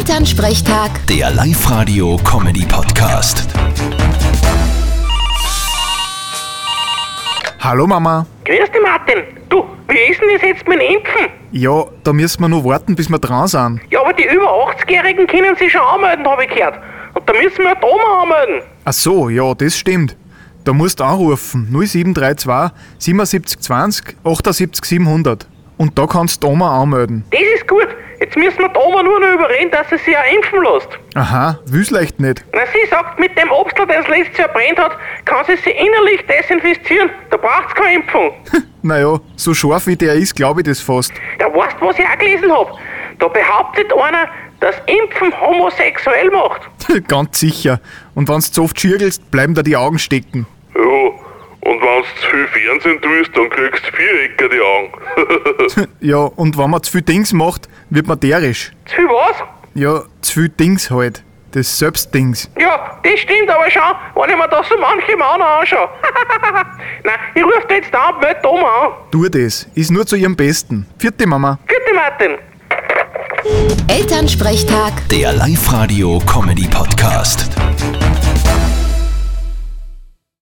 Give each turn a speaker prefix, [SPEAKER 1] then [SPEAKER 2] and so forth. [SPEAKER 1] Elternsprechtag,
[SPEAKER 2] Der Live-Radio-Comedy-Podcast.
[SPEAKER 3] Hallo Mama.
[SPEAKER 4] Grüß dich, Martin. Du, wie ist denn das jetzt mit dem Impfen?
[SPEAKER 3] Ja, da müssen wir nur warten, bis wir dran sind.
[SPEAKER 4] Ja, aber die über 80-Jährigen können sich schon anmelden, habe ich gehört. Und da müssen wir da mal anmelden.
[SPEAKER 3] Ach so, ja, das stimmt. Da musst du anrufen 0732 77 20 78 700. Und da kannst du Oma anmelden.
[SPEAKER 4] Das ist gut. Jetzt müssen wir da mal nur noch überreden, dass sie sich auch impfen lässt.
[SPEAKER 3] Aha, will's leicht nicht.
[SPEAKER 4] Na, sie sagt, mit dem Obstl, das letztes Jahr brennt hat, kann sie sich innerlich desinfizieren. Da braucht's keine Impfung.
[SPEAKER 3] Naja, so scharf wie der ist, glaube ich das fast.
[SPEAKER 4] Ja, weißt du, was ich auch gelesen habe? Da behauptet einer, dass Impfen homosexuell macht.
[SPEAKER 3] Ganz sicher. Und wenn's zu oft schürgelst, bleiben da die Augen stecken.
[SPEAKER 5] Ja, und wenn's zu viel Fernsehen tust, dann kriegst du vier Ecken die Augen.
[SPEAKER 3] Ja, und wenn man zu viel Dings macht, wird man derisch.
[SPEAKER 4] Zu viel was?
[SPEAKER 3] Ja, zu viel Dings halt. Das Selbstdings.
[SPEAKER 4] Ja, das stimmt, aber schau, wenn ich mir das so manche Mann anschaue. Nein, ich rufe jetzt da und melde Oma an.
[SPEAKER 3] Tu das. Ist nur zu ihrem Besten. Vierte Mama.
[SPEAKER 4] Gute Martin.
[SPEAKER 1] Elternsprechtag.
[SPEAKER 2] Der Live-Radio-Comedy-Podcast.